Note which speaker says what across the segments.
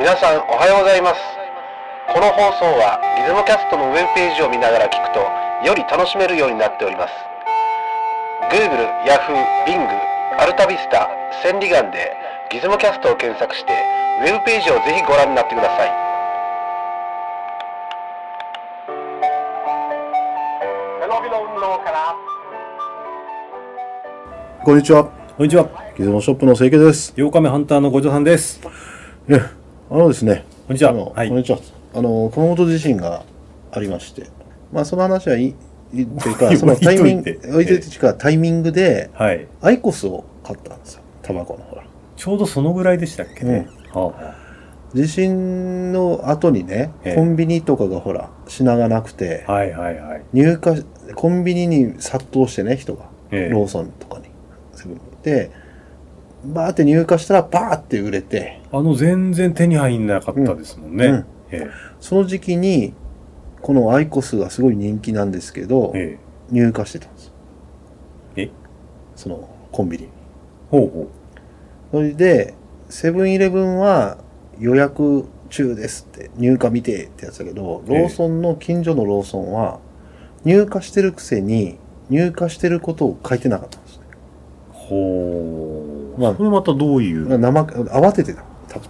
Speaker 1: 皆さんおはようございますこの放送はリズムキャストのウェブページを見ながら聞くとより楽しめるようになっております Google、Yahoo、Bing、アルタビスタ、センリガンでギズムキャストを検索してウェブページをぜひご覧になってください
Speaker 2: こんにちは。
Speaker 3: こんにちは。
Speaker 2: ギズモショップの清家です。
Speaker 3: 8日目ハンターの五条さんです。こ
Speaker 2: え、あのですね。
Speaker 3: んにちは。
Speaker 2: あの、
Speaker 3: はい
Speaker 2: こん。にちは。あの、熊本地震がありまして。まあ、その話はいい、いいという
Speaker 3: 置
Speaker 2: か、
Speaker 3: い
Speaker 2: そのタイミン
Speaker 3: とい
Speaker 2: グ
Speaker 3: て、
Speaker 2: 置いといてか、タイミングで、
Speaker 3: はい。
Speaker 2: アイコスを買ったんですよ。タバコのほら。
Speaker 3: ちょうどそのぐらいでしたっけね。は
Speaker 2: 地震の後にね、
Speaker 3: ええ
Speaker 2: コンビニとかがほら、品がなくて
Speaker 3: あ、はいはいはい。
Speaker 2: 入荷、コンビニに殺到してね、人が。
Speaker 3: ええ
Speaker 2: ローソンとかに。セブンで、バーって入荷したら、バーって売れて、
Speaker 3: あの、全然手に入んなかったですもんね。
Speaker 2: うん
Speaker 3: ええ
Speaker 2: その時期に、このアイコスがすごい人気なんですけど、
Speaker 3: ええ
Speaker 2: 入荷してたんですよ。
Speaker 3: え
Speaker 2: そのコンビニに。
Speaker 3: ほうほ
Speaker 2: それで、セブンイレブンは予約中ですって、入荷見てってやつだけど、ローソンの、近所のローソンは、入荷してるくせに、入荷してることを書いてなかったんですね。
Speaker 3: う。ほう。
Speaker 2: まあ
Speaker 3: それまたどういう。
Speaker 2: 生慌ててた。多分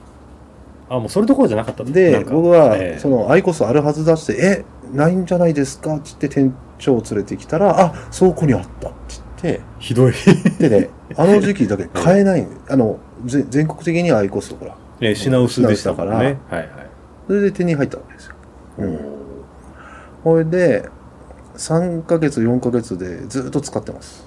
Speaker 3: あ、もうそれどころじゃなかったんだな
Speaker 2: で、
Speaker 3: んか
Speaker 2: 僕は、
Speaker 3: ええ
Speaker 2: その、アイコスあるはずだっつって、え、ないんじゃないですかってって店長を連れてきたら、あ、倉庫にあったって言って、
Speaker 3: ひどい。
Speaker 2: で ね、あの時期だけ買えないんで、あの、ぜ全国的にアイコスだから。
Speaker 3: ええ品薄でしたからね。はいはい。
Speaker 2: それで手に入ったわけですよ。うん。
Speaker 3: ほ
Speaker 2: これで、3ヶ月、4ヶ月でずっと使ってます。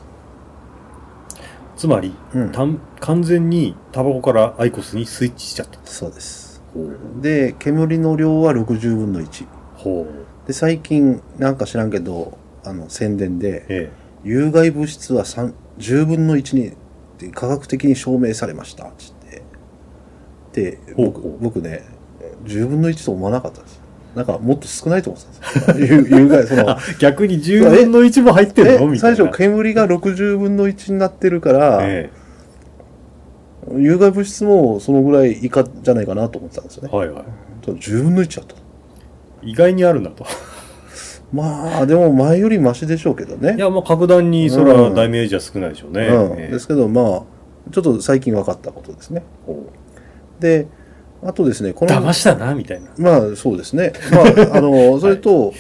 Speaker 3: つまり、
Speaker 2: うん。
Speaker 3: たん完全にタバコからアイコスにスイッチしちゃった。
Speaker 2: そうです。
Speaker 3: ほう。
Speaker 2: で、煙の量は60分の1。
Speaker 3: ほう。
Speaker 2: で、最近、なんか知らんけど、あの、宣伝で、
Speaker 3: え
Speaker 2: 有害物質は3 10分の1にって科学的に証明されました。つって。で、
Speaker 3: ほう
Speaker 2: 僕
Speaker 3: ほう
Speaker 2: 僕ね、10分の1と思わなかったです。なんか、もっと少ないと思ってたんですよ。有 有害、そ
Speaker 3: え
Speaker 2: の、
Speaker 3: 逆に10分の1も入ってるの
Speaker 2: え
Speaker 3: みたい
Speaker 2: 最
Speaker 3: な。
Speaker 2: 初煙が60分の1になってるから、
Speaker 3: え
Speaker 2: 有害物質もそのぐらい以下じゃないかなと思ってたんですよ
Speaker 3: え
Speaker 2: ね、
Speaker 3: はいはい。
Speaker 2: ただ10分の1だと
Speaker 3: 意外にあるなと。
Speaker 2: まあでも前よりマシでしょうけどね
Speaker 3: いや、まあ、格段にそれはダメージは少ないでしょうね。
Speaker 2: うん
Speaker 3: ええ
Speaker 2: ですけどまあちょっと最近分かったことですね
Speaker 3: こ
Speaker 2: であとですねこ
Speaker 3: う騙
Speaker 2: の
Speaker 3: したな、みたいな。
Speaker 2: まあそうですねまああ のそれと、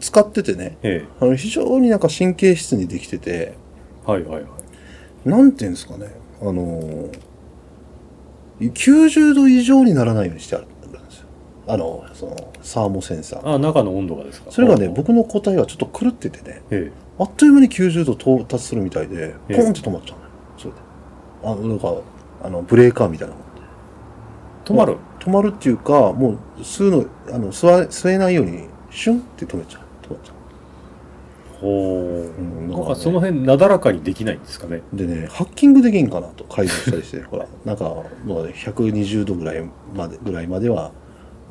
Speaker 2: 使っててね
Speaker 3: え
Speaker 2: あの非常になんか神経質にできてて
Speaker 3: えはいはいはい。
Speaker 2: なんていうんですかねあの90度以上にならないようにしてあるんですよあのそのサーモセンサー
Speaker 3: あ、中の温度がですか。
Speaker 2: それがね、
Speaker 3: あ、
Speaker 2: 僕の個体はちょっと狂っててね、
Speaker 3: え
Speaker 2: あっという間に90度到達するみたいで、ポ
Speaker 3: ええ
Speaker 2: ンって止まっちゃうのよ。それで。あの、なんか、あの、ブレーカーみたいなもんで。
Speaker 3: え止まる。
Speaker 2: 止まるっていうか、もう、吸うの、あの、吸わ、吸えないように、シュンって止めちゃう。止まっちゃ
Speaker 3: ほ
Speaker 2: う。う
Speaker 3: う。
Speaker 2: ん、
Speaker 3: なんか
Speaker 2: ね
Speaker 3: その辺、なだらかにできないんですかね。
Speaker 2: でね、ハッキングできんかなと改善したりして、ほら、なんか、もう120度ぐらいまで、ぐらいまでは、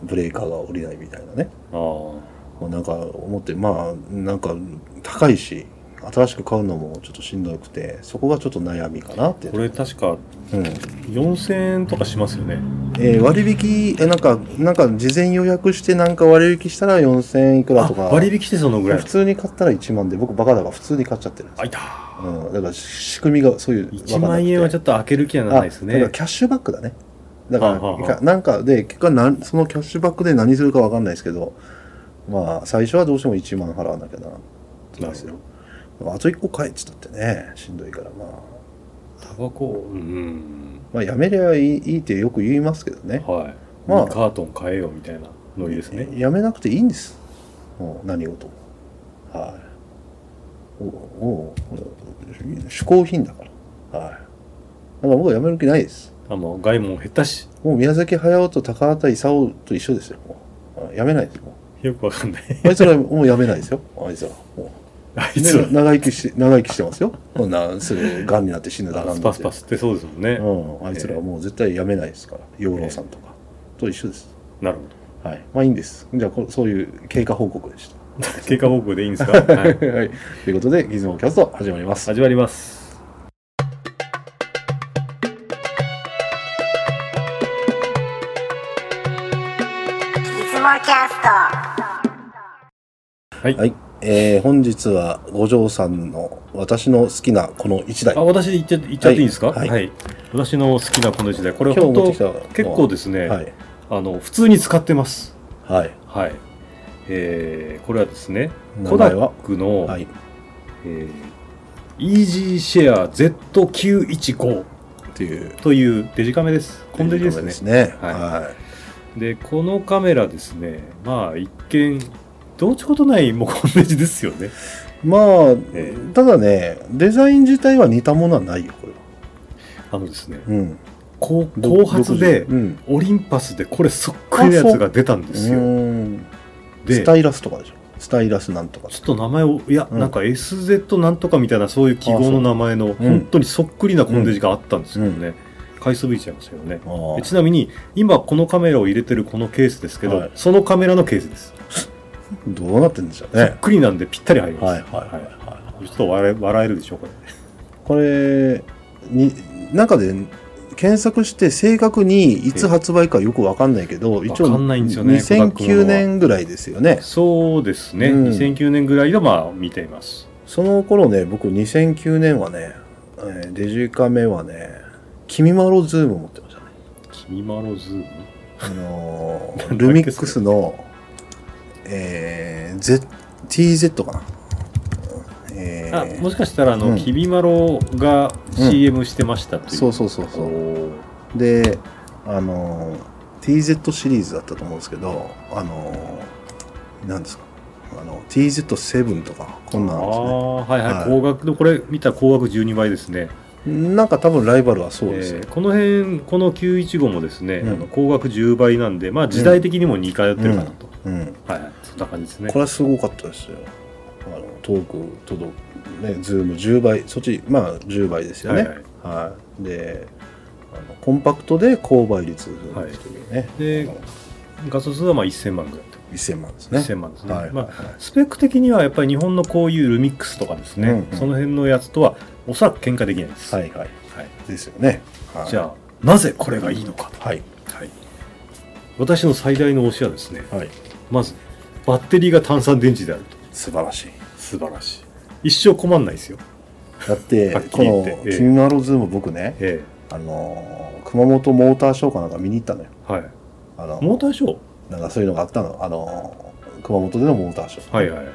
Speaker 2: ブレーカーが降りないみたいなね。
Speaker 3: ああ。
Speaker 2: もうなんか思ってまあなんか高いし新しく買うのもちょっとしんどくてそこがちょっと悩みかなって
Speaker 3: これ確か
Speaker 2: うん
Speaker 3: 4000円とかしますよね。
Speaker 2: えー割引えなんかなんか事前予約してなんか割引したら4000いくら
Speaker 3: あ
Speaker 2: とか
Speaker 3: 割引してそのぐらい
Speaker 2: 普。通に買ったら1万で僕バカだから普通に買っちゃってるんです
Speaker 3: あ、いた。
Speaker 2: よ、うん、だから仕組みがそういう
Speaker 3: 1万円はちょ
Speaker 2: っ
Speaker 3: っと開ける気は
Speaker 2: と
Speaker 3: ならないです
Speaker 2: だか
Speaker 3: ね
Speaker 2: ら。キャッシュバックだねだから
Speaker 3: はあはあはあ
Speaker 2: いかなんかで結果なんそのキャッシュバックで何するかわかんないですけどまあ最初はどうしても1万払わなきゃな
Speaker 3: な
Speaker 2: で
Speaker 3: る
Speaker 2: す
Speaker 3: ほ
Speaker 2: よ
Speaker 3: ど。
Speaker 2: あと一個買えっつったってね、しんどいから、まあ、
Speaker 3: タバコ、うん。
Speaker 2: まあ、やめりゃいいいいってよく言いますけどね。
Speaker 3: はい。
Speaker 2: まあ
Speaker 3: 2カートン買えよみたいなノリですね。
Speaker 2: やめなくていいんです。もう何事も。はい。おお嗜好品だから。はい。だから僕はやめる気ないです。
Speaker 3: あの、外も減ったし、
Speaker 2: もう宮崎駿と高畑勲と一緒ですよ。もうはいやめないです。も
Speaker 3: よくわかんない。
Speaker 2: うあいつらもうやめないですよ。あいつら。も
Speaker 3: あ
Speaker 2: う
Speaker 3: いつら
Speaker 2: ね長生きして、長生きしてますよ。こんな、すぐ癌になって死ぬだなんだ
Speaker 3: ス
Speaker 2: って。
Speaker 3: パスパ吸ってそうですもんね。
Speaker 2: うん、あいつらはもう絶対やめないですから、養老さんとか、と一緒です。
Speaker 3: なるほ
Speaker 2: はい。まあいいんです。じゃあ、こそういう経過報告でした。
Speaker 3: ど。経過報告でいいんですか、 はい、
Speaker 2: はい。ということで、ギズモキャスト始まります。
Speaker 3: 始まります。
Speaker 4: モキャスト
Speaker 3: はい。
Speaker 2: はい。えー、本日は五条さんの私の好きなこの一台。
Speaker 3: あ、私言っちゃ言っちゃっていいですか、
Speaker 2: は
Speaker 3: はいい、私の好きなこの時代、これ
Speaker 2: 今日
Speaker 3: 本
Speaker 2: 持っ
Speaker 3: 当
Speaker 2: てきたのは
Speaker 3: 結構ですね、
Speaker 2: はい。
Speaker 3: あの、普通に使ってます。
Speaker 2: はい。
Speaker 3: はい。えー、これはですね、
Speaker 2: 名
Speaker 3: コダ
Speaker 2: 前は
Speaker 3: ックの、
Speaker 2: はい。
Speaker 3: えー、Easy Share Z915
Speaker 2: っていう。
Speaker 3: というデジカメです。コンデジですね。
Speaker 2: ですね。
Speaker 3: はい
Speaker 2: は
Speaker 3: で、このカメラですね、まあ一見、どうちことないもうコンデジですよね。
Speaker 2: い。まあ、
Speaker 3: えー
Speaker 2: ただね、デザイン自体は似たものはないよ、これは。
Speaker 3: あのですね、
Speaker 2: うん。
Speaker 3: こう後発で
Speaker 2: 60、うん。
Speaker 3: オリンパスでこれそっくりなやつが出たんです
Speaker 2: う
Speaker 3: よ。
Speaker 2: ーんス
Speaker 3: で、
Speaker 2: タイラスとかでしょ。スタイラスなんとか。
Speaker 3: ちょっと名前を、いや、
Speaker 2: うん
Speaker 3: なんか SZ なんとかみたいな、そういう記号の名前の、
Speaker 2: そううん
Speaker 3: 本当にそっくりなコンデジがあったんですけどね、買いそびれちゃいましたよね。
Speaker 2: あ
Speaker 3: で
Speaker 2: ー
Speaker 3: ちなみに、今このカメラを入れてるこのケースですけど、
Speaker 2: はい
Speaker 3: そのカメラのケースです。
Speaker 2: どうなってんでしょう
Speaker 3: そ
Speaker 2: ね
Speaker 3: っ。くりなんでぴったり入りま
Speaker 2: は
Speaker 3: す。
Speaker 2: いはいはいはい。
Speaker 3: ちょっと笑え笑えるでしょう、これ。
Speaker 2: これに中で検索して正確にいつ発売かよくわかんないけど一応
Speaker 3: わかんないんですよね
Speaker 2: 2009年ぐらいですよね
Speaker 3: そうですね、
Speaker 2: うん
Speaker 3: 2009年ぐらいがまあ見ています。
Speaker 2: その頃ね僕2009年はね、えーデジカメはね君まろズーム持ってましたね
Speaker 3: 君まろズーム
Speaker 2: あの
Speaker 3: なんだっけ
Speaker 2: ー ルミックスのえー、Z TZ かなえ
Speaker 3: あ
Speaker 2: ー
Speaker 3: もしかしたらあの、
Speaker 2: うん
Speaker 3: きびまろが CM してましたという、
Speaker 2: そうそうそうそうであの TZ シリーズだったと思うんですけどあのなんですかあの TZ7 とかこんな
Speaker 3: あ
Speaker 2: んですね
Speaker 3: あはいはい、
Speaker 2: はい
Speaker 3: 高額のこれ見たら高額12倍ですね
Speaker 2: なんか多分ライバルはそうです
Speaker 3: え
Speaker 2: よ、
Speaker 3: ーこの辺この915もですね、
Speaker 2: うん
Speaker 3: あの高額10倍なんでまあ時代的にも似通ってるかなと、
Speaker 2: うん、
Speaker 3: はいはいそんな感じですね
Speaker 2: これはすごかったですよあのトーク届くねズーム10倍そっちまあ10倍ですよね
Speaker 3: はい
Speaker 2: は
Speaker 3: はいい、
Speaker 2: であのコンパクトで購買率っていうね、
Speaker 3: で
Speaker 2: あの
Speaker 3: 画素数はまあ1000万ぐらいと、
Speaker 2: 1000万ですね
Speaker 3: 1000万ですね、
Speaker 2: はい、
Speaker 3: まあ
Speaker 2: はい
Speaker 3: スペック的にはやっぱり日本のこういうルミックスとかですね、
Speaker 2: うんうん
Speaker 3: その辺のやつとはおそらく喧嘩できないです、
Speaker 2: はいはい
Speaker 3: はい
Speaker 2: ですよね、はい、
Speaker 3: じゃあなぜこれがいいのかと
Speaker 2: はい
Speaker 3: はい、私の最大の推しはですね
Speaker 2: はい
Speaker 3: まずバッテリーが炭酸電池であると
Speaker 2: 素晴らしい
Speaker 3: 素晴らしい一生困んないですよ
Speaker 2: だって
Speaker 3: はっき
Speaker 2: こ
Speaker 3: り言って
Speaker 2: の「
Speaker 3: ええ
Speaker 2: 君のアロズーム」僕ね、
Speaker 3: え
Speaker 2: あのー熊本モーターショーかなんか見に行ったのよ
Speaker 3: えはい
Speaker 2: あの
Speaker 3: モーターショ
Speaker 2: なんかそういうのがあったの、あのー熊本でのモーターショ
Speaker 3: ーはいはい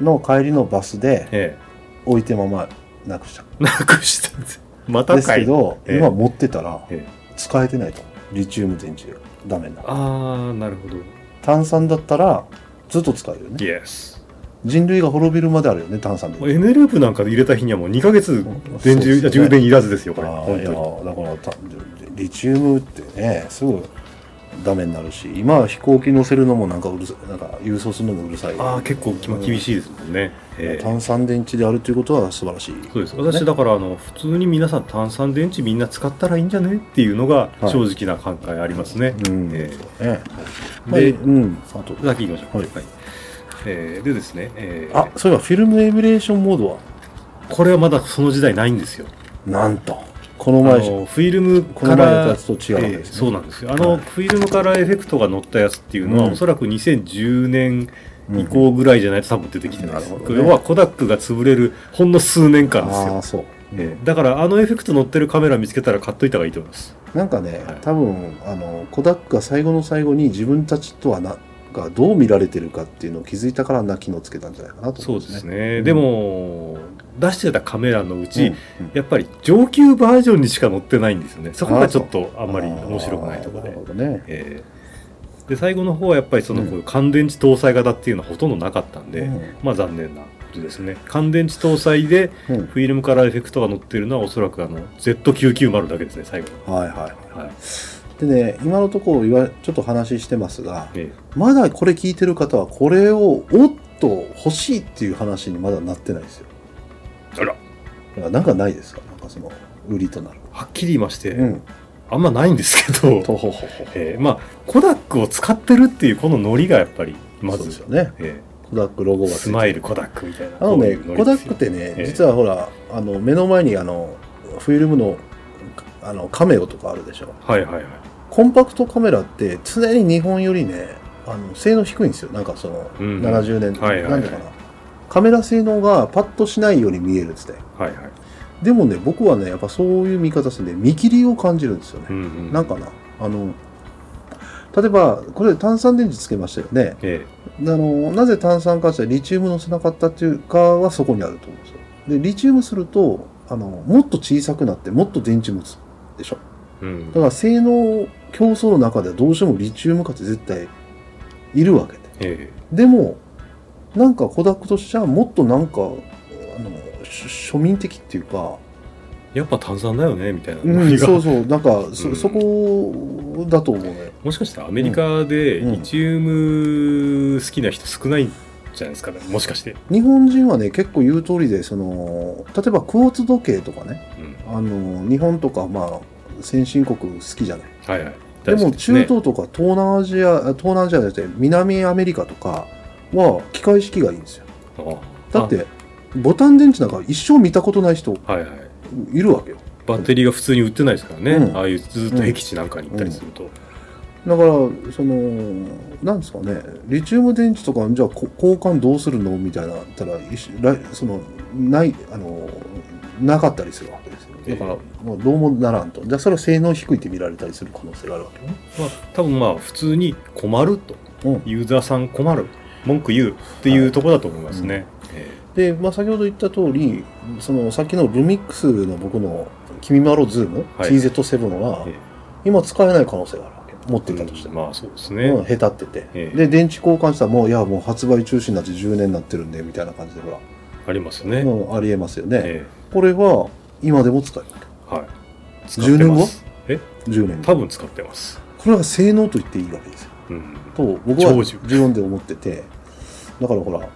Speaker 2: ーの帰りのバスで
Speaker 3: え
Speaker 2: 置いてままなくし
Speaker 3: えなくしたんですま
Speaker 2: た
Speaker 3: た
Speaker 2: で
Speaker 3: か
Speaker 2: すけ
Speaker 3: い
Speaker 2: ど、
Speaker 3: ええ
Speaker 2: 今持ってたら
Speaker 3: ええ
Speaker 2: 使えてないとリチウム電池がダメになる
Speaker 3: ああなるほど
Speaker 2: 炭酸だったらずっと使えるよね
Speaker 3: イエス
Speaker 2: 人類が滅びるまであるよね炭酸電
Speaker 3: も
Speaker 2: 池
Speaker 3: う N ループなんかで入れた日にはもう2ヶ月電
Speaker 2: そうです
Speaker 3: 池、
Speaker 2: ね
Speaker 3: 充電いらずですよこれ
Speaker 2: あ
Speaker 3: 本
Speaker 2: ーいや
Speaker 3: 当に
Speaker 2: だからたリチウムってねすぐダメになるし今は飛行機乗せるのもなんかうるさなんか郵送するのもうるさい
Speaker 3: ああ結構きま厳しいですもんね、ええ
Speaker 2: 炭酸電池であるということは素晴らしい
Speaker 3: そうです私だからあの普通に皆さん炭酸電池みんな使ったらいいんじゃねっていうのが
Speaker 2: はい
Speaker 3: 正直な考えありますね、
Speaker 2: うん、
Speaker 3: え
Speaker 2: えね
Speaker 3: え
Speaker 2: で、
Speaker 3: で
Speaker 2: うんあと
Speaker 3: 先行きましょう。
Speaker 2: はい
Speaker 3: えーでですね、えー
Speaker 2: あそういえばフィルムエミュレーションモードは
Speaker 3: これはまだその時代ないんですよ。
Speaker 2: なんとこの
Speaker 3: あ
Speaker 2: 前じゃ
Speaker 3: のフィルム
Speaker 2: この
Speaker 3: か
Speaker 2: 前やったや
Speaker 3: ら、
Speaker 2: つと違うわけ
Speaker 3: え
Speaker 2: で
Speaker 3: ー
Speaker 2: す
Speaker 3: そ
Speaker 2: ね
Speaker 3: うなんですよ。あの、
Speaker 2: はい
Speaker 3: フィルムカラーエフェクトが乗ったやつっていうのは、
Speaker 2: うん
Speaker 3: おそらく2010年
Speaker 2: うん
Speaker 3: 以降ぐらいじゃないと多分出てきてないです。
Speaker 2: なるほど
Speaker 3: こ
Speaker 2: ね
Speaker 3: れはコダックが潰れるほんの数年間です
Speaker 2: ああ
Speaker 3: よ
Speaker 2: ー。そう、
Speaker 3: えーだからあのエフェクト乗ってるカメラ見つけたら買っといた方がいいと思います。
Speaker 2: なんかね、
Speaker 3: はい
Speaker 2: 多分あのコダックが最後の最後に自分たちとはながどう見られてるかっていうのを気づいたからな機能つけたんじゃないかなと
Speaker 3: そ
Speaker 2: 思
Speaker 3: うんです
Speaker 2: ね
Speaker 3: ね。
Speaker 2: ん
Speaker 3: でも、出してたカメラのうち、
Speaker 2: うんうん
Speaker 3: やっぱり上級バージョンにしか乗ってないんですよね。そこがちょっとあんまり面白くないところ
Speaker 2: あーな
Speaker 3: で
Speaker 2: る。ほどね。
Speaker 3: えーで最後の方はやっぱりその
Speaker 2: うん
Speaker 3: こういう乾電池搭載型っていうのはほとんどなかったんで、
Speaker 2: うん
Speaker 3: まあ残念なことですね乾電池搭載で
Speaker 2: うん
Speaker 3: フィルムカラーエフェクトが乗ってるのはおそらくあの Z990 だけですね最後
Speaker 2: はいはい。
Speaker 3: の、はい
Speaker 2: でね、今のところ言わちょっと話してますが、
Speaker 3: え
Speaker 2: まだこれ聞いてる方は、これをおっと欲しいっていう話にまだなってないですよ。
Speaker 3: ーあら
Speaker 2: だからなんかないですかなんかその、売りとなる。
Speaker 3: はっきり言いまして、
Speaker 2: うん。
Speaker 3: あんまないんですけど、
Speaker 2: とほほほほ。
Speaker 3: えーまあコダックを使ってるっていうこのノリがやっぱりま
Speaker 2: そうです
Speaker 3: ず、
Speaker 2: よね。
Speaker 3: え
Speaker 2: コダックロゴ
Speaker 3: ー
Speaker 2: がつ
Speaker 3: ス
Speaker 2: いて
Speaker 3: マ
Speaker 2: る。
Speaker 3: イルコダックみたいな
Speaker 2: あのね、
Speaker 3: こういう
Speaker 2: コ
Speaker 3: ノリ
Speaker 2: ダ
Speaker 3: です
Speaker 2: ッ
Speaker 3: よ
Speaker 2: クってね、
Speaker 3: ええ
Speaker 2: 実はほら、あの、目の前にあの、フィルムの、あの、カメオとかあるでしょ。
Speaker 3: はいはいはい
Speaker 2: コンパクトカメラって常に日本よりね、あの性能低いんですよなんかその
Speaker 3: うん
Speaker 2: 70年、
Speaker 3: はいはいはい
Speaker 2: なんでかなカメラ性能がパッとしないように見えるっつって
Speaker 3: はいはい。
Speaker 2: でもね僕はねやっぱそういう見方してね見切りを感じるんですよ
Speaker 3: う
Speaker 2: ね、
Speaker 3: んうん。
Speaker 2: なんかなあの例えばこれ炭酸電池つけましたよね
Speaker 3: え
Speaker 2: あのなぜ炭酸化したリチウムのせなかったっていうかはそこにあると思うんですよでリチウムするとあのもっと小さくなってもっと電池持つでしょ
Speaker 3: え。うん
Speaker 2: だ。から性能競争の中ではどうしてもリチウム化って絶対いるわけで
Speaker 3: え
Speaker 2: でもなんかコダックとしてはもっとなんかあのし庶民的っていうか、
Speaker 3: え。やっぱ炭酸だよねみたいな。
Speaker 2: うん、そううそうなんかそ,、
Speaker 3: うん
Speaker 2: そこだと思うね
Speaker 3: もしかしたらアメリカで
Speaker 2: うん
Speaker 3: リチウム好きな人少ないんじゃないですかね。もしかして。
Speaker 2: 日本人はね結構言う通りでその例えばクォーツ時計とかね
Speaker 3: うん。
Speaker 2: あの日本とかまあ先進国好きじゃない
Speaker 3: はいはい。
Speaker 2: でも
Speaker 3: 大好きすね
Speaker 2: 中東とか東南アジア、東南アジアじゃなくて南アメリカとかは機械式がいいんですよ
Speaker 3: あ
Speaker 2: だってボタン電池なんか一生見たことない人
Speaker 3: あはいはい。
Speaker 2: いるわけよ
Speaker 3: バッテリーが普通に売ってないですからね。
Speaker 2: うん
Speaker 3: ああいうずっと僻地なんかに行ったりすると。
Speaker 2: だからそのなんですかねリチウム電池とかじゃあこ交換どうするのみたいなのあったらいしらそのないあのなかったりするわけですよだから、
Speaker 3: え
Speaker 2: もうどうもならんとじゃあそれは性能低いって見られたりする可能性があるわけよね
Speaker 3: まあ、多分まあ普通に困ると、
Speaker 2: うん
Speaker 3: ユーザーさん困る文句言うっていうところだと思いますね、
Speaker 2: は
Speaker 3: え
Speaker 2: で、まあ、先ほど言った通りそのさっきのルミックスの僕の「君まろズーム、
Speaker 3: はい
Speaker 2: TZ7 は
Speaker 3: ええ
Speaker 2: 今使えない可能性があるわけ持っていたとして
Speaker 3: え
Speaker 2: も、
Speaker 3: まあそうですね、
Speaker 2: うん、下手ってて、
Speaker 3: ええ
Speaker 2: で電池交換したらもういやもう発売中止になって10年になってるんでみたいな感じでほら、
Speaker 3: ありますね、
Speaker 2: うん、ありえますよね、
Speaker 3: え
Speaker 2: これは今でも使える
Speaker 3: えはい使ってますえ
Speaker 2: 10年
Speaker 3: 多分使ってます、
Speaker 2: これは性能と言っていいわけですよ
Speaker 3: うん、
Speaker 2: と僕は
Speaker 3: 長寿
Speaker 2: 自分で思っててだからほら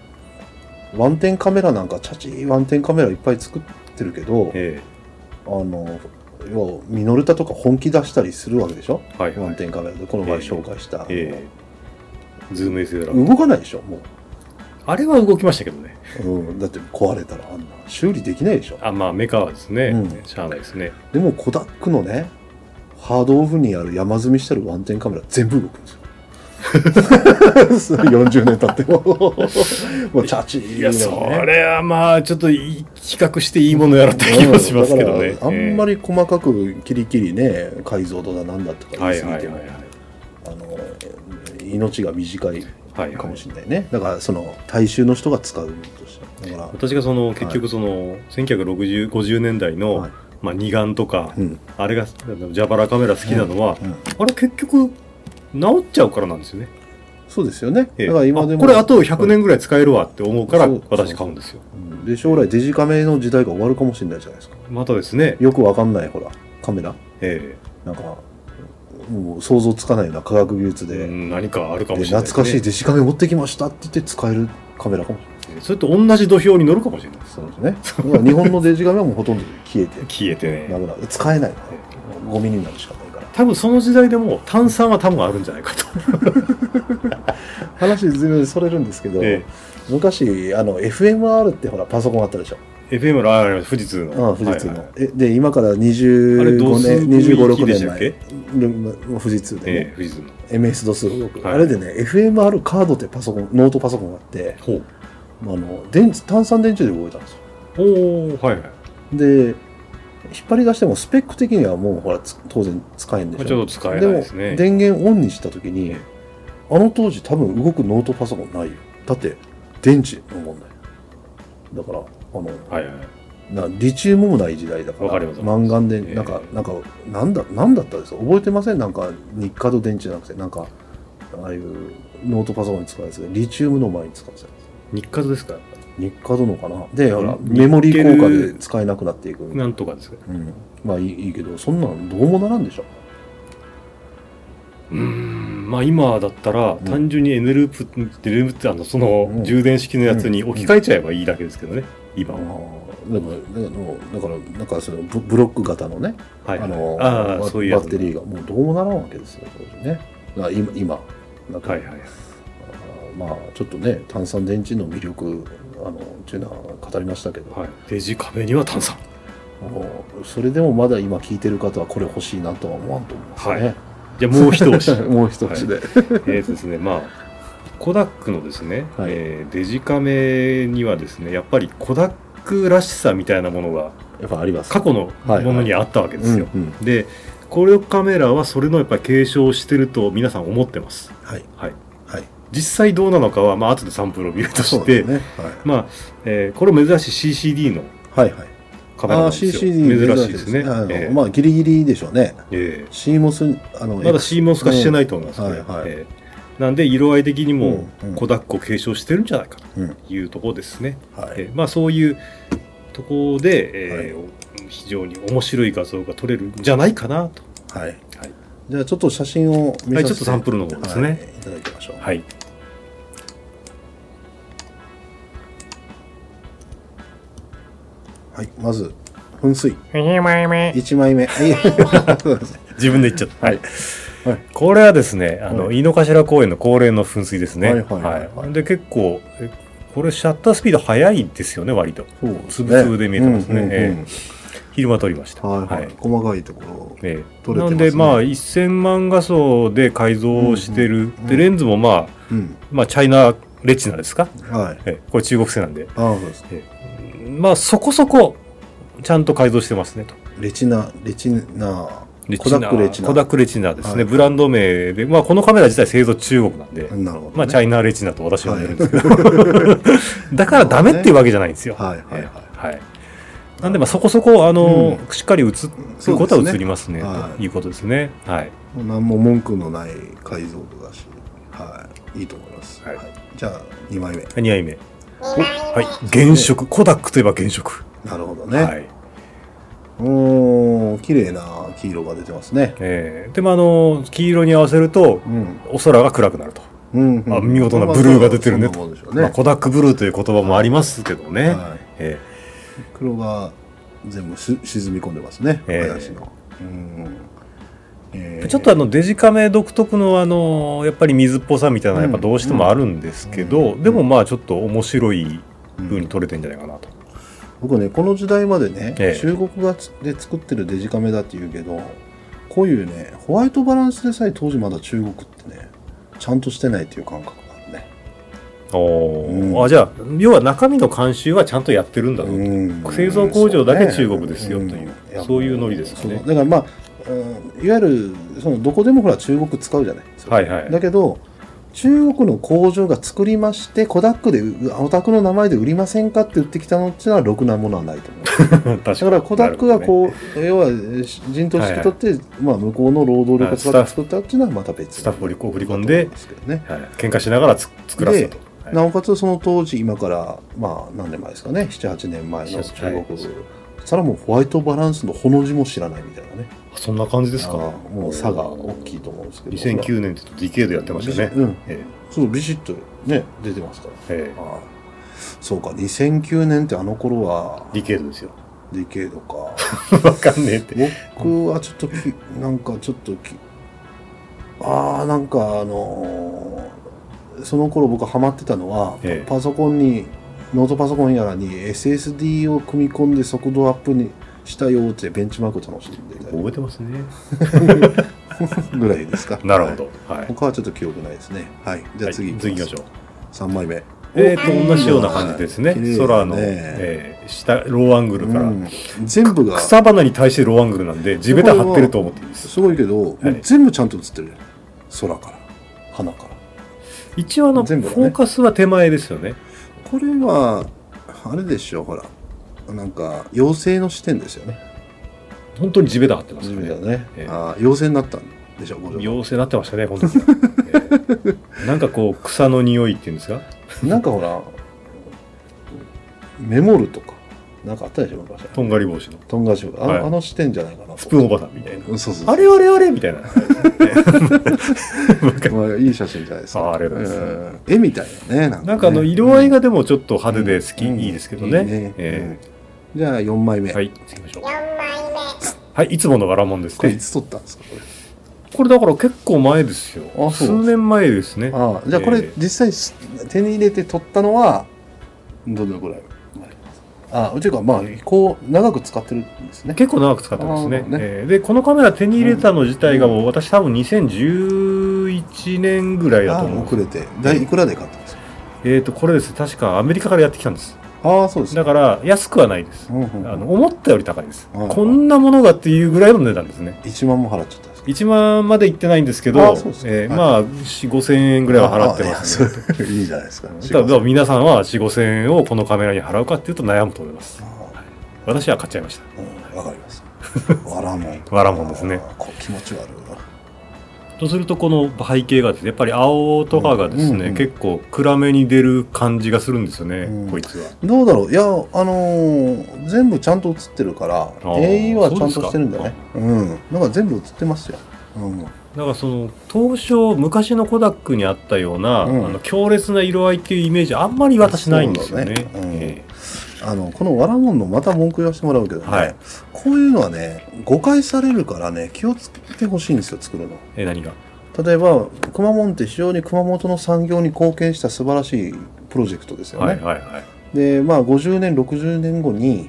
Speaker 2: ワンテンカメラなんかチャチーワンテンカメラいっぱい作ってるけど
Speaker 3: え
Speaker 2: あの要はミノルタとか本気出したりするわけでしょ
Speaker 3: えはい
Speaker 2: ワ
Speaker 3: は
Speaker 2: ン
Speaker 3: い
Speaker 2: テンカメラでこの前紹介した、
Speaker 3: ええズーム SLR、
Speaker 2: 動かないでしょも
Speaker 3: あれは動きましたけどね
Speaker 2: う、うん、だって壊れたらあんな修理できないでしょ
Speaker 3: あまあメカはですね、
Speaker 2: うん
Speaker 3: しゃあないですね
Speaker 2: でもコダックのねハードオフにある山積みしてるワンテンカメラ全部動くんですよ 40年経ってももうチャチー
Speaker 3: いやそれはまあちょっといい比較していいものやらって
Speaker 2: う
Speaker 3: 気
Speaker 2: ん
Speaker 3: もしますけどね
Speaker 2: だ、からあんま
Speaker 3: り、
Speaker 2: り細かくキリキリね解像度だなんだとか
Speaker 3: は
Speaker 2: 言い
Speaker 3: い
Speaker 2: 過
Speaker 3: は
Speaker 2: ぎ
Speaker 3: い
Speaker 2: て
Speaker 3: はい
Speaker 2: も
Speaker 3: はい
Speaker 2: あの命が短い
Speaker 3: はいはい
Speaker 2: かもしれないねだからその大衆の人が使うものとしてだか
Speaker 3: 私がその結局その1950年代
Speaker 2: ら、
Speaker 3: の、
Speaker 2: はい
Speaker 3: まあ、二眼とか、
Speaker 2: うん
Speaker 3: あれがあのジャバラカメラ好きなのは、
Speaker 2: うん、
Speaker 3: あれ結局治っちゃうからなんですよね、
Speaker 2: そうですよね
Speaker 3: ええ
Speaker 2: だから今でも
Speaker 3: あこれあと100年ぐらい使えるわって思うから
Speaker 2: そう
Speaker 3: 私買うんですよ
Speaker 2: うんで将来デジカメの時代が終わるかもしれないじゃないですか
Speaker 3: またですね、
Speaker 2: よくわかんないほらカメラ
Speaker 3: え
Speaker 2: なんかもう想像つかないような科学技術
Speaker 3: え
Speaker 2: で,、
Speaker 3: うん何かあるかも
Speaker 2: で
Speaker 3: しれな
Speaker 2: 懐
Speaker 3: いですね、
Speaker 2: かしいデジカメ持ってきましたって言って使えるカメラかもしれない
Speaker 3: それと同じ土俵に乗るかもしれない
Speaker 2: そうですねだから日本のデジカメはもうほとんど消えて
Speaker 3: 消えて
Speaker 2: な
Speaker 3: ね
Speaker 2: くなる使えないゴミになるしかないから
Speaker 3: 多分その時代でもう炭酸は多分あるんじゃないかと、
Speaker 2: 話ずいぶんそれるんですけど、
Speaker 3: え
Speaker 2: 昔あの FMR ってほらパソコンあったでしょ、
Speaker 3: え、FM のああ富士通の
Speaker 2: うん、富士通の、
Speaker 3: はいはい
Speaker 2: えで今から
Speaker 3: あれ同
Speaker 2: 25
Speaker 3: 数
Speaker 2: 年
Speaker 3: 区域
Speaker 2: 2 5 6
Speaker 3: でし
Speaker 2: 年
Speaker 3: たっけ
Speaker 2: 前富士通でね、
Speaker 3: ええ富士通の
Speaker 2: MS ドス動く、
Speaker 3: はい
Speaker 2: あれでね FMR カードってパソコンノートパソコンがあって
Speaker 3: ほう
Speaker 2: あの電池炭酸電池で動いたんですよ
Speaker 3: おーはいはい
Speaker 2: で引っ張り出してもスペック的にはもうほらつ当然使えんでしょ
Speaker 3: ちょっと使えないですね
Speaker 2: も電源オンにした時にあの当時多分動くノートパソコンないよだって電池の問題だからあの
Speaker 3: はいはい
Speaker 2: なリチウムもない時代だか
Speaker 3: わからります
Speaker 2: マンガンで
Speaker 3: ええ
Speaker 2: なんか、なんかなんだなんだったですか覚えてませんなんか日課と電池じゃなくてなんかああいうノートパソコンに使うやつでリチウムの前に使うやつ
Speaker 3: 日活ですか
Speaker 2: 日課どのかなでほら
Speaker 3: ニッケ
Speaker 2: メ
Speaker 3: ル
Speaker 2: モリー効果で使えなくなっていく、
Speaker 3: なんとかですか
Speaker 2: うん、まあいいいいけどそんなんどうもならんでしょ
Speaker 3: うーんまあ今だったら
Speaker 2: ん
Speaker 3: 単純に N ループってルームってあのその
Speaker 2: うん
Speaker 3: 充電式のやつに置き換えちゃえばいいだけですけどね今
Speaker 2: ああ
Speaker 3: は
Speaker 2: でもだからだからなんかそのブブロック型のね、
Speaker 3: はい
Speaker 2: あの
Speaker 3: あ
Speaker 2: バ
Speaker 3: あそういうや
Speaker 2: バ
Speaker 3: つ
Speaker 2: ッテリーがもうどうもならんわけですよ当時ねだから今今なんか、
Speaker 3: はいはい
Speaker 2: まあちょっとね炭酸電池の魅力あのっていうのは語りましたけど、
Speaker 3: はいデジカメには炭酸
Speaker 2: もうそれでもまだ今聞いてる方はこれ欲しいなとは思わんと思いますね、
Speaker 3: じゃあもう一押し
Speaker 2: もう一押しで、
Speaker 3: えーとですねまあコダックのですね、
Speaker 2: はい
Speaker 3: えーデジカメにはですねやっぱりコダックらしさみたいなものが
Speaker 2: やっぱあります。
Speaker 3: 過去のものにあったわけですよ、
Speaker 2: うんうん
Speaker 3: でこれをカメラはそれのやっぱり継承してると皆さん思ってます
Speaker 2: はい。
Speaker 3: はい
Speaker 2: はい。
Speaker 3: 実際どうなのかは、まあ後でサンプルを見ると
Speaker 2: そう
Speaker 3: し
Speaker 2: で
Speaker 3: て、
Speaker 2: すね。
Speaker 3: まあ、えーこれ珍しい CCD の
Speaker 2: はい。はいはい。
Speaker 3: カメラなんですよ
Speaker 2: CCD
Speaker 3: 珍しいですね
Speaker 2: あの
Speaker 3: ええ
Speaker 2: まあ、ギリギリでしょうね。
Speaker 3: え
Speaker 2: CMOS、あの、
Speaker 3: えまだ
Speaker 2: X
Speaker 3: CMOS 化してないと思います、
Speaker 2: うんはいはい
Speaker 3: ええなんで色合い的にも
Speaker 2: うんうん
Speaker 3: コダックを継承してるんじゃないか
Speaker 2: うん。
Speaker 3: というところですね、
Speaker 2: は
Speaker 3: え
Speaker 2: い。
Speaker 3: えまあそういうところで、ええ非常に面白い画像が撮れるんじゃないかなと
Speaker 2: はい。
Speaker 3: はい
Speaker 2: じゃあ、ちょっと写真を見
Speaker 3: はい
Speaker 2: させて
Speaker 3: ちょっとサンプルの方ですね
Speaker 2: はいいただきましょう。
Speaker 3: はい
Speaker 2: はい。まず、噴水。
Speaker 3: 2枚目
Speaker 2: 1枚 目。は
Speaker 3: 自分で言っちゃった、
Speaker 2: はいはい
Speaker 3: これはですねあの、
Speaker 2: は
Speaker 3: 井の頭公園の恒例の噴水ですね
Speaker 2: はいはいはいはい
Speaker 3: で結構えこれシャッタースピード速いですよね割と
Speaker 2: そう
Speaker 3: つぶつぶで見えてますね
Speaker 2: うんうんうん
Speaker 3: え昼間撮りました
Speaker 2: はいはい。細かいところ。
Speaker 3: ええ
Speaker 2: 撮れてま
Speaker 3: な
Speaker 2: すね
Speaker 3: んでまあ1000万画素で改造してる、
Speaker 2: うん
Speaker 3: でレンズもまあ
Speaker 2: うん。
Speaker 3: まあチャイナレチナですか、
Speaker 2: はい。
Speaker 3: ええこれ中国製なんで
Speaker 2: ああ、そうです。
Speaker 3: まあそこそこちゃんと改造してますねと
Speaker 2: レチナ、レチナ、
Speaker 3: レ
Speaker 2: コ
Speaker 3: チ
Speaker 2: ダ
Speaker 3: ナ
Speaker 2: ックレチナ。
Speaker 3: コダックレチナです
Speaker 2: は
Speaker 3: ね、
Speaker 2: い
Speaker 3: ブランド名で、まあ、このカメラ自体製造中国なんで、
Speaker 2: なるほど、ね。
Speaker 3: まあ、チャイナレチナと私は呼んでるんですけど、 だからダメっていうわけじゃないんですよ。
Speaker 2: はいはいはい。
Speaker 3: はいなんで、まあ、そこそこ、あの、
Speaker 2: う
Speaker 3: しっかり映る
Speaker 2: そうですね
Speaker 3: ことは映りますね、
Speaker 2: はい
Speaker 3: ということですね。はい。
Speaker 2: もう何も文句のない解像度だし、はい、いいと思います。は
Speaker 3: はいい
Speaker 2: じゃあ、2枚目。
Speaker 3: 2枚目。はい。
Speaker 2: 目
Speaker 3: 原色。コダックといえば原色。
Speaker 2: なるほど
Speaker 3: は
Speaker 2: ね。
Speaker 3: い。
Speaker 2: うーん、綺麗な黄色が出てますね。
Speaker 3: えーでも、あの、黄色に合わせると
Speaker 2: う、ん。
Speaker 3: お空が暗くなると。
Speaker 2: うん、うん
Speaker 3: あ見事なブルーが出てるね
Speaker 2: まあそんなもんでしょう
Speaker 3: まあ、
Speaker 2: ね。
Speaker 3: コダックブルーという言葉もありますけどね。
Speaker 2: はい
Speaker 3: え
Speaker 2: 黒が全部し沈み込んでますね、
Speaker 3: ええ
Speaker 2: 林の。うん。え
Speaker 3: ー
Speaker 2: え
Speaker 3: ちょっとあのデジカメ独特のあのやっぱり水っぽさみたいなのはやっぱどうしてもあるんですけ
Speaker 2: うん
Speaker 3: ど、
Speaker 2: うん
Speaker 3: でもまあちょっと面白い
Speaker 2: うん
Speaker 3: 風に撮れてんじゃないかなと。
Speaker 2: 僕ねこの時代までね、
Speaker 3: ええ
Speaker 2: 中国がつで作ってるデジカメだって言うけどこういうねホワイトバランスでさえ当時まだ中国ってねちゃんとしてないっていう感覚があるね
Speaker 3: おー
Speaker 2: うん
Speaker 3: あじゃあ要は中身の監修はちゃんとやってるんだぞ、
Speaker 2: うん
Speaker 3: 製造工場だけ中国ですよというそういうノリですよね
Speaker 2: そうだからまあ、うんいわゆるそのどこでもほら中国使うじゃないですか、
Speaker 3: はいはい
Speaker 2: だけど中国の工場が作りましてコダックでうお宅の名前で売りませんかって売ってきたのっていうのはろくなものはないと思う
Speaker 3: 確か
Speaker 2: だからコダックが
Speaker 3: う
Speaker 2: こう、要はし人頭を引き取って、まあ、向こうの労働力を使って作ったっていうのはまた別
Speaker 3: スタッフをこう振り込んで
Speaker 2: ですけどね、
Speaker 3: はい、喧嘩しながらつ作らせたと。はい
Speaker 2: なおかつその当時今からまあ何年前ですかね78年前の中国、
Speaker 3: はい
Speaker 2: さらもうホワイトバランスのほの字も知らないみたいなね
Speaker 3: そんな感じです
Speaker 2: あ
Speaker 3: か。
Speaker 2: ーもう差が大きいと思うんですけど
Speaker 3: 2009年ってディケードやってましたね。
Speaker 2: うん
Speaker 3: え
Speaker 2: そうビシッとね出てますから
Speaker 3: えええ
Speaker 2: あーそうか2009年ってあの頃は
Speaker 3: ディケードですよ。
Speaker 2: ディケードか
Speaker 3: わかんねえって。
Speaker 2: 僕はちょっときなんかちょっときああなんかあのーその頃僕ハマってたのは、
Speaker 3: ええ
Speaker 2: パソコンにノートパソコンやらに SSD を組み込んで速度アップにしたよってベンチマークを楽しんでいた
Speaker 3: 覚えてますね。
Speaker 2: ぐらいですか
Speaker 3: なるほど。はい。
Speaker 2: 他はちょっと記憶ないですねはいじゃあ次、
Speaker 3: はい次行きましょう。
Speaker 2: 3枚目
Speaker 3: えー、と同じような感じですね、
Speaker 2: 綺麗ですね
Speaker 3: 空の、えー下ローアングルから、
Speaker 2: うん全部が
Speaker 3: 草花に対してローアングルなんで地べた張ってると思っていいです
Speaker 2: すごいけど、
Speaker 3: はい
Speaker 2: 全部ちゃんと映ってるじゃん空から花から
Speaker 3: 一応あの、
Speaker 2: 全部
Speaker 3: フ
Speaker 2: だね
Speaker 3: ォーカスは手前ですよね
Speaker 2: これはあれでしょほらなんか妖精の視点ですよね
Speaker 3: 本当に地べた張ってます
Speaker 2: 初
Speaker 3: よ
Speaker 2: めだ
Speaker 3: ね
Speaker 2: ね、
Speaker 3: ええ
Speaker 2: あー妖精になったんでしょ五条
Speaker 3: 妖精になってましたね本当 に、えーなんかこう草の匂いっていうんですか
Speaker 2: なんかほらメモるとかなんかあったでしょ昔
Speaker 3: とんがり帽子の
Speaker 2: とんがしあ,、
Speaker 3: はい
Speaker 2: あの視点じゃないかな
Speaker 3: スプーンおばさんみたいな
Speaker 2: うんそうそう
Speaker 3: あれあれあれみた いな
Speaker 2: まあ、いい写真じゃないですか
Speaker 3: あありがとうございます
Speaker 2: うん絵みたいなねなんかね
Speaker 3: なんかあの色合いがでもちょっと派手で好き、いいですけどね
Speaker 2: いいね
Speaker 3: え
Speaker 2: うんじゃあ4枚目、
Speaker 3: ーはい次行きましょう
Speaker 4: 4枚目
Speaker 3: はいいつもの柄もんです
Speaker 2: これい
Speaker 3: ね
Speaker 2: つ撮ったんですかこれ
Speaker 3: これだから結構前ですよ
Speaker 2: あそう
Speaker 3: 数年前ですね
Speaker 2: ああじゃあこれ、
Speaker 3: えー
Speaker 2: 実際す手に入れて撮ったのはどのぐらいああというかまあこう長く使ってるんですね
Speaker 3: 結構長く使ってますね
Speaker 2: あーね
Speaker 3: えーでこのカメラ手に入れたの自体がもう私多分2011 1年ぐらいだ
Speaker 2: ああ
Speaker 3: と思うんです
Speaker 2: 遅れてだいいくらで買ったんですか
Speaker 3: えー、とこれですね確かアメリカからやってきたんです
Speaker 2: ああそうです
Speaker 3: だから安くはないです
Speaker 2: うんうん
Speaker 3: あ
Speaker 2: うん
Speaker 3: の思ったより高いです
Speaker 2: うん
Speaker 3: こんなものがっていうぐらいの値段ですね
Speaker 2: 1万も払っちゃったんですか
Speaker 3: 1万までいってないんですけど
Speaker 2: あそうですか
Speaker 3: えー
Speaker 2: はい
Speaker 3: まあ4 5千円ぐらいは払ってます
Speaker 2: あ
Speaker 3: ね
Speaker 2: あいやそう いいじゃないですか
Speaker 3: ただ皆さんは4 5千円をこのカメラに払うかっていうと悩むと思います
Speaker 2: あ
Speaker 3: 私は買っちゃいました
Speaker 2: あうんわかります わらもん
Speaker 3: わらもんですね
Speaker 2: ああこう気持ち悪いな
Speaker 3: とするとこの背景がですねやっぱり青とかがですね、
Speaker 2: うんうん
Speaker 3: 結構暗めに出る感じがするんですよね、
Speaker 2: うん
Speaker 3: こいつは
Speaker 2: どうだろういや、あのー全部ちゃんと映ってるから、
Speaker 3: ー
Speaker 2: AE はちゃんと
Speaker 3: そうですか
Speaker 2: してるんだね。うん。なんか全部映ってますよ。うん。
Speaker 3: だからその当初昔のコダックにあったような、
Speaker 2: うん
Speaker 3: あの強烈な色合いっていうイメージあんまり私ないんですよね
Speaker 2: そうだねうん
Speaker 3: え
Speaker 2: あの、このわらもんのまた文句言わせてもらうけどね、
Speaker 3: はい
Speaker 2: こういうのはね、誤解されるからね、気をつけてほしいんですよ、作るの。
Speaker 3: ええ何が
Speaker 2: 例えば、くまモンって非常に熊本の産業に貢献した素晴らしいプロジェクトですよね。
Speaker 3: はいはいはい
Speaker 2: で、まあ、50年、60年後に、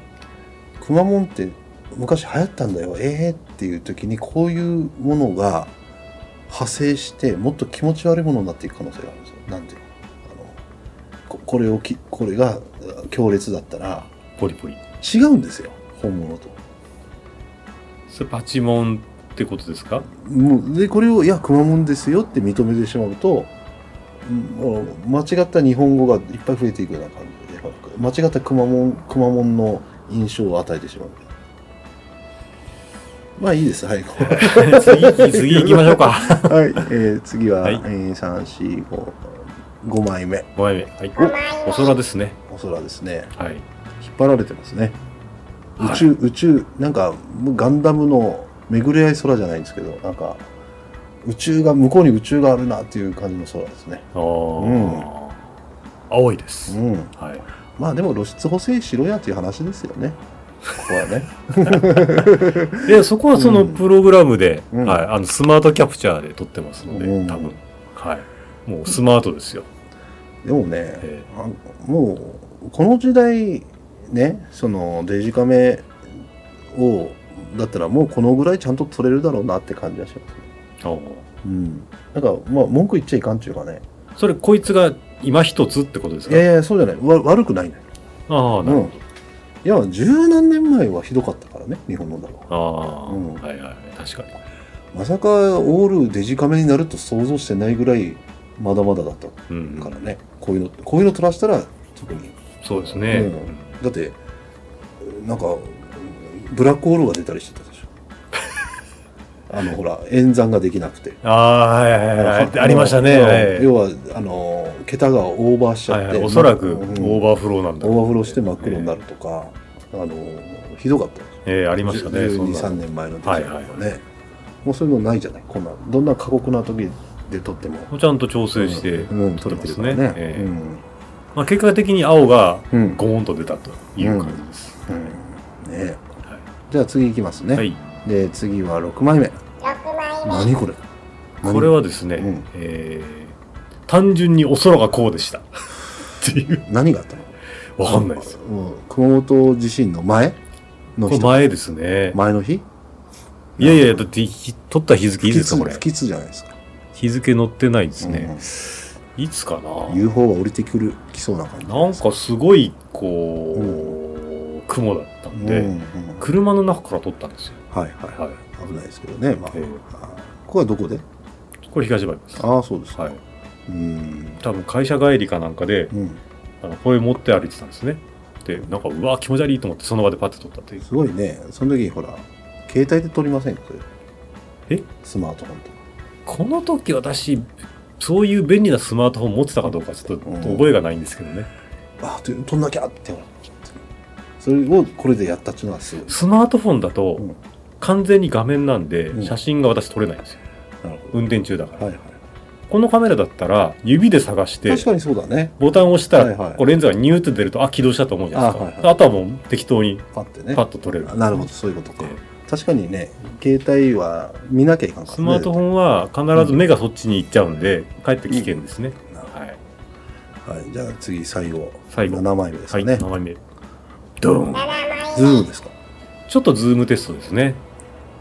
Speaker 2: くまモンって昔流行ったんだよ、ええっていう時に、こういうものが派生して、もっと気持ち悪いものになっていく可能性があるんですよ。なんていうのあのここれをき、これがあ強烈だったら、
Speaker 3: ポリポリ
Speaker 2: 違うんですよ、本物と。
Speaker 3: それパチモンってことで すか
Speaker 2: もうでこれを「いやくまモンですよ」って認めてしまうとうんもう間違った日本語がいっぱい増えていくような感じで間違ったくまモンくまモンの印象を与えてしまうまあいいですはい
Speaker 3: 次次行きましょうか
Speaker 2: はい、えー次は、
Speaker 3: はい
Speaker 2: えー、3455枚目
Speaker 3: 5枚目はいおお空ですね
Speaker 2: お空ですね
Speaker 3: はい
Speaker 2: 引っ張られてますね
Speaker 3: はい
Speaker 2: 宇宙、宇宙なんかもうガンダムの巡り合い空じゃないんですけどなんか宇宙が向こうに宇宙があるなっていう感じの空ですね
Speaker 3: あー、青いです、
Speaker 2: うん
Speaker 3: はい
Speaker 2: まあでも露出補正しろやという話ですよねここはね
Speaker 3: でそこはそうの
Speaker 2: ん
Speaker 3: プログラムで、
Speaker 2: うん
Speaker 3: はい、あのスマートキャプチャーで撮ってますので、
Speaker 2: うん
Speaker 3: 多分、はい、もうスマートですよ、
Speaker 2: でもね
Speaker 3: え
Speaker 2: あもうこの時代ねそのデジカメをだったらもうこのぐらいちゃんと撮れるだろうなって感じがしますね
Speaker 3: ーあー
Speaker 2: うんなんかまあ文句言っちゃいかんっていうかね
Speaker 3: それこいつが今一つってことです
Speaker 2: い
Speaker 3: か
Speaker 2: やいやそうじゃないわ悪くないね
Speaker 3: ああな
Speaker 2: う
Speaker 3: る
Speaker 2: んいや十何年前はひどかったからね日本のだろ
Speaker 3: ほど、ああ、
Speaker 2: うん
Speaker 3: はいはい確かに
Speaker 2: うまさかオールデジカメになると想像してないぐらいまだまだだった
Speaker 3: う
Speaker 2: か
Speaker 3: ん
Speaker 2: らね、こういうのこういうの撮らせたら特に
Speaker 3: そうですね、
Speaker 2: うんだってなんかブラックホールが出たりしてた でしょあのほら演算ができなくて
Speaker 3: ああはいはいはいはいありましたね、
Speaker 2: うん
Speaker 3: はい
Speaker 2: 要はあの桁がオーバーしちゃっ
Speaker 3: は
Speaker 2: て、
Speaker 3: いはい、おそらく
Speaker 2: う
Speaker 3: オ
Speaker 2: ん
Speaker 3: ーバーフローなんだろ
Speaker 2: オ
Speaker 3: う
Speaker 2: ーバーフローして真っ黒になるとか、あのひどかったです
Speaker 3: ええありましたねそん
Speaker 2: 12、
Speaker 3: な
Speaker 2: 3年前のデジタルとかね、
Speaker 3: はい
Speaker 2: もうそういうのないじゃない、こんな、どんな過酷な時で撮っても、
Speaker 3: のちゃんと調整して、
Speaker 2: うん、撮れてるから
Speaker 3: 撮れ
Speaker 2: ね
Speaker 3: てますね。えまあ、結果的に青が
Speaker 2: うんうん
Speaker 3: ゴーンと出たという感じです、
Speaker 2: うんね
Speaker 3: はい
Speaker 2: じゃあ次いきますね、
Speaker 3: はい
Speaker 2: で次は6枚目何これ
Speaker 3: これはですね、
Speaker 2: うん
Speaker 3: えー単純にお空がこうでした っていう
Speaker 2: 何何があったの
Speaker 3: わかんないです
Speaker 2: うん熊本地震の前の
Speaker 3: これ
Speaker 2: 日
Speaker 3: 前ですね、
Speaker 2: 前の日
Speaker 3: いやいやだってひ取った日付いいですかこれ
Speaker 2: 不吉じゃないですか、
Speaker 3: 日付載ってないです
Speaker 2: うん
Speaker 3: ね、いつかな
Speaker 2: UFO が降りてくる来そうな感じ
Speaker 3: なんかすごいこう、雲だったんで、
Speaker 2: うんうん
Speaker 3: 車の中から撮ったんですよ、
Speaker 2: はいはい、
Speaker 3: はい
Speaker 2: 危ないですけどね、まあ
Speaker 3: ええ
Speaker 2: あここはどこで
Speaker 3: これ東原です
Speaker 2: ああそうですか、
Speaker 3: はい
Speaker 2: うん
Speaker 3: 多分会社帰りかなんかで
Speaker 2: うん
Speaker 3: あのこれ持って歩いてたんですねでなんかうわ気持ち悪いと思ってその場でパッて撮ったっていう
Speaker 2: すごいねその時にほら携帯で撮りませんかそれ
Speaker 3: え
Speaker 2: スマートフォンとか
Speaker 3: この時私そういう便利なスマートフォン持ってたかどうかちょっと
Speaker 2: うん
Speaker 3: 覚えがないんですけどね、
Speaker 2: ああ撮んなきゃってそれをこれでやったっていうのはすごい
Speaker 3: スマートフォンだと
Speaker 2: うん
Speaker 3: 完全に画面なんで
Speaker 2: うん
Speaker 3: 写真が私撮れないんですよ
Speaker 2: なるほ
Speaker 3: 運転中だから、
Speaker 2: どはいはい
Speaker 3: このカメラだったら指で探して
Speaker 2: 確かにそうだね
Speaker 3: ボタンを押したら、
Speaker 2: はいはい
Speaker 3: こうレンズがニューって出るとあ起動したと思うじゃないですか
Speaker 2: あは
Speaker 3: あ,、
Speaker 2: いはい
Speaker 3: とはもう適当に
Speaker 2: パッてね
Speaker 3: パッと撮れる
Speaker 2: なるほどそういうことか
Speaker 3: え
Speaker 2: 確かにね携帯は見なきゃいかんからね
Speaker 3: スマートフォンは必ず目がそっちに行っちゃうんでかえって危険ですね、
Speaker 2: なるほ
Speaker 3: はい、
Speaker 2: どはいじゃあ次最後
Speaker 3: 最後
Speaker 2: 7枚目です
Speaker 3: はい、
Speaker 2: ね
Speaker 3: 7枚目ドーン
Speaker 2: ズームですか
Speaker 3: ちょっとズームテストですね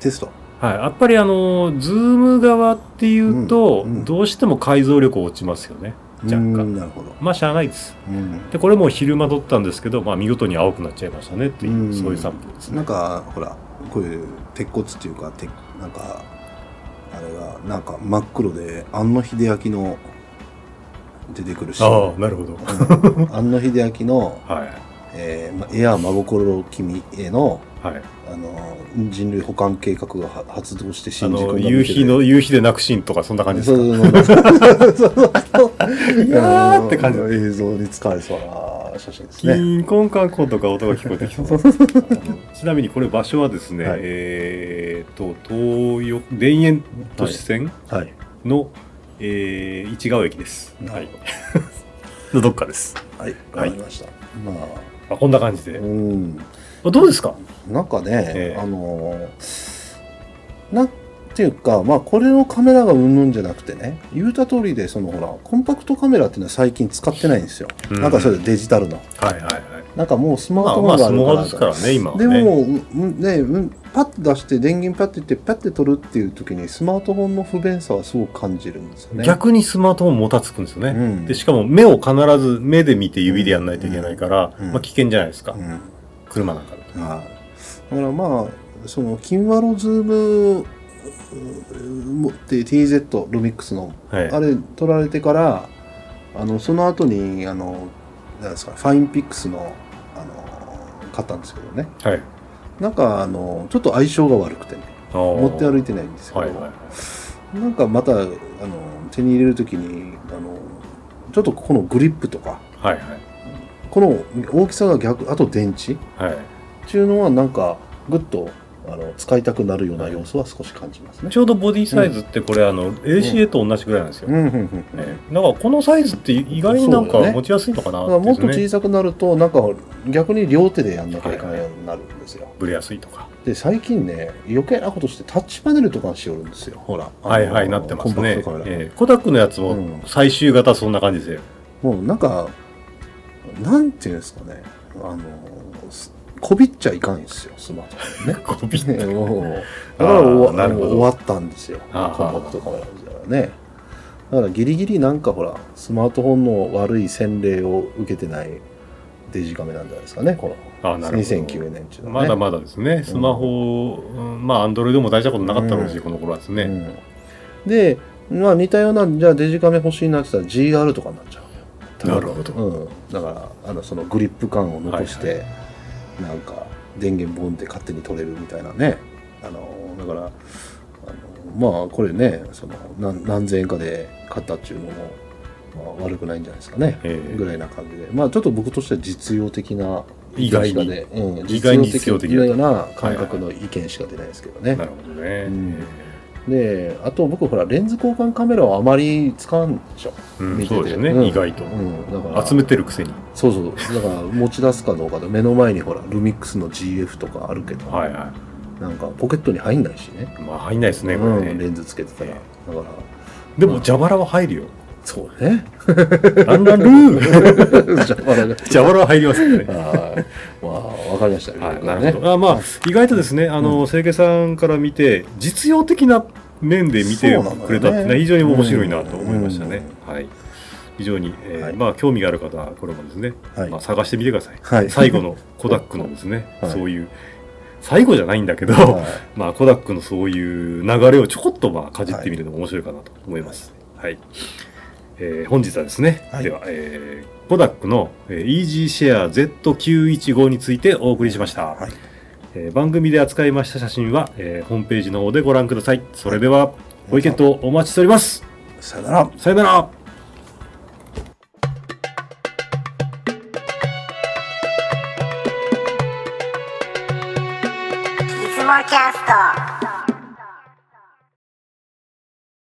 Speaker 2: テスト
Speaker 3: はい、やっぱりあの、ズーム側っていうと、
Speaker 2: うんうん
Speaker 3: どうしても解像力落ちますよね。若干
Speaker 2: うんなるほど。
Speaker 3: まあ、しゃあないです。
Speaker 2: うん。
Speaker 3: で、これも昼間撮ったんですけど、まあ、見事に青くなっちゃいましたねっていう、
Speaker 2: うん
Speaker 3: そういうサンプルです
Speaker 2: な
Speaker 3: ね
Speaker 2: ん。か、ほら、こういう鉄骨っていうか、鉄なんか、あれが、なんか真っ黒で、庵野秀明の出てくるし、
Speaker 3: ああ、
Speaker 2: 庵
Speaker 3: なるほど。
Speaker 2: 野秀明の、
Speaker 3: はい。
Speaker 2: えーま、エアー真心君への、
Speaker 3: はい。
Speaker 2: あの人類保管計画がは発動して
Speaker 3: あ
Speaker 2: 新宿
Speaker 3: の、夕日の、夕日で泣くシーンとか、そんな感じです
Speaker 2: そ
Speaker 3: か。
Speaker 2: うそうそうそうそうそう
Speaker 3: いやーって感じ
Speaker 2: あの映像に使われそうな写真です
Speaker 3: キ
Speaker 2: ね
Speaker 3: ーンコンカンコンとか音が聞こえてきそうちなみにこれ場所はですね、
Speaker 2: はい
Speaker 3: えーと東横田園都市線
Speaker 2: はい
Speaker 3: の、えー市ヶ尾駅です、
Speaker 2: な
Speaker 3: は
Speaker 2: る
Speaker 3: い
Speaker 2: ほ、
Speaker 3: のどっかです
Speaker 2: はいわかりました、まあ
Speaker 3: あこんな感じで、
Speaker 2: うん
Speaker 3: あどうですか
Speaker 2: なんかね、
Speaker 3: ええ
Speaker 2: あのーなんていうかまあこれのカメラがうんぬんじゃなくてね言うた通りでそのほらコンパクトカメラっていうのは最近使ってないんですよ、
Speaker 3: うん
Speaker 2: なんかそれデジタルの
Speaker 3: はいはいはい
Speaker 2: なんかもうスマ
Speaker 3: ま
Speaker 2: ー
Speaker 3: あ
Speaker 2: トフ
Speaker 3: ま
Speaker 2: ォ
Speaker 3: あ
Speaker 2: ンがあ
Speaker 3: ス
Speaker 2: る
Speaker 3: マ
Speaker 2: から
Speaker 3: ホですからね今はね
Speaker 2: でも、うんね、うんパッと出して電源パッといってパッて取るっていう時にスマートフォンの不便さはすごく感じるんですよね。
Speaker 3: 逆にスマートフォンもたつくんですよね、
Speaker 2: うん
Speaker 3: でしかも目を必ず目で見て指でやんないといけないから、
Speaker 2: うん
Speaker 3: まあ、危険じゃないですか、
Speaker 2: うん、はい
Speaker 3: 車なんかだと
Speaker 2: だからまあその金ワロズームうんもって TZ ルミックスの
Speaker 3: はい
Speaker 2: あれ取られてからあのその後にあのなんですかファインピックスのあの買ったんですけどね
Speaker 3: はい
Speaker 2: なんかあのちょっと相性が悪くてね持
Speaker 3: 持
Speaker 2: って歩いてないんですけど、
Speaker 3: はいはいはい
Speaker 2: なんかまたあの手に入れるときにあのちょっとこのグリップとか
Speaker 3: はい
Speaker 2: この大きさが逆あと電池っ
Speaker 3: はいはい
Speaker 2: ていうのはなんかぐっとあの使いたくなるような要素は少し感じますね。
Speaker 3: ちょうどボディサイズってこれ、あの ACA と同じぐらいなんですよ、
Speaker 2: うんうんうん
Speaker 3: ねだからこのサイズって意外になん
Speaker 2: そ
Speaker 3: か
Speaker 2: うだね
Speaker 3: 持ちやすいのかな
Speaker 2: だ
Speaker 3: っ
Speaker 2: か
Speaker 3: てい
Speaker 2: ら
Speaker 3: うね
Speaker 2: もっと小さくなるとなんか逆に両手でやんなきゃいけないようになるんですよ。
Speaker 3: ブレやすいとか
Speaker 2: で最近ね余計なことしてタッチパネルとかしよるんですよ。ほらあの
Speaker 3: はいはいなってま
Speaker 2: コ
Speaker 3: す
Speaker 2: ンパ
Speaker 3: ね
Speaker 2: クトカメラ、
Speaker 3: ええコダックのやつ
Speaker 2: う
Speaker 3: も
Speaker 2: ん
Speaker 3: 最終型そんな感じですよ、。
Speaker 2: もうなんか、なんていうんですかね、あの、すこびっちゃいかんんですよ、スマートフォンね
Speaker 3: こうビッ
Speaker 2: ね
Speaker 3: と
Speaker 2: もうだから終わ
Speaker 3: なるほど
Speaker 2: 終わったんですよ、コン
Speaker 3: あー
Speaker 2: パクトカメラじゃね。だからギリギリなんかほら、スマートフォンの悪い洗礼を受けてないデジカメなんじゃないですかね、この
Speaker 3: あなるほど
Speaker 2: 2009年っていうのは
Speaker 3: ま
Speaker 2: ね。
Speaker 3: だまだですねスマホ、うんまあアンドロイドも大したことなかったろうし、
Speaker 2: うん
Speaker 3: この頃はですね、
Speaker 2: うんで、まあ似たような、じゃあデジカメ欲しいなって言ったら GR とかになっちゃう。
Speaker 3: なるほど、
Speaker 2: うん、だからあのそのグリップ感を残して、
Speaker 3: は
Speaker 2: なんか電源ボンって勝手に取れるみたいなねあのだからあのまあこれねその何何千円かで買ったっていうのも、まあ、悪くないんじゃないですかね、
Speaker 3: ええ
Speaker 2: ぐらいな感じでまあちょっと僕としては実用的な
Speaker 3: 意外に
Speaker 2: 意見しか出うん、
Speaker 3: 意外に実用的だ
Speaker 2: な
Speaker 3: と
Speaker 2: ような感覚の意見しか出ないですけどね、
Speaker 3: なるほどね、
Speaker 2: うんであと僕ほらレンズ交換カメラをあまり使わんでしょ、
Speaker 3: うん
Speaker 2: 見てて
Speaker 3: そうですね、
Speaker 2: うん
Speaker 3: 意外と、
Speaker 2: うん、だから
Speaker 3: 集めてるくせに
Speaker 2: そうそう。だから持ち出すかどうかで、目の前にほら、ルミックスの GF とかあるけど、
Speaker 3: はいは
Speaker 2: なんかポケットに入んないしね。
Speaker 3: いまあ入んないですねこれね、
Speaker 2: うん、レンズつけてたら。だから、
Speaker 3: でも蛇腹は入 るよ
Speaker 2: そうね。
Speaker 3: ランランルー
Speaker 2: じゃあ、まだね。
Speaker 3: 蛇腹は入りますよね
Speaker 2: はいまあ、わかりました。
Speaker 3: はい、
Speaker 2: 僕
Speaker 3: な
Speaker 2: は
Speaker 3: るほど。あまあ、意外とですね、あの、清家さんから見て、実用的な面で見て
Speaker 2: そうなんだね
Speaker 3: くれたっていうのは非常に面白いなと思いましたね。はい。非常に、えー
Speaker 2: はい
Speaker 3: まあ、興味がある方は、これもですね、
Speaker 2: はい
Speaker 3: まあ、探してみてください。
Speaker 2: はい。
Speaker 3: 最後のコダックのですね、
Speaker 2: はい
Speaker 3: そういう、最後じゃないんだけど、
Speaker 2: はい。
Speaker 3: まあ、コダックのそういう流れをちょこっと、まあ、かじってみるのも面白いかなと思います。はい。えー本日はですね、
Speaker 2: はい
Speaker 3: では、えーコダックの、えー、EG シェア Z915 についてお送りしました。
Speaker 2: はい
Speaker 3: えー番組で扱いました写真は、えーホームページの方でご覧ください。それでは、ご意見とお待ちしております。
Speaker 2: さよなら。
Speaker 3: さよなら
Speaker 4: いつもキャスト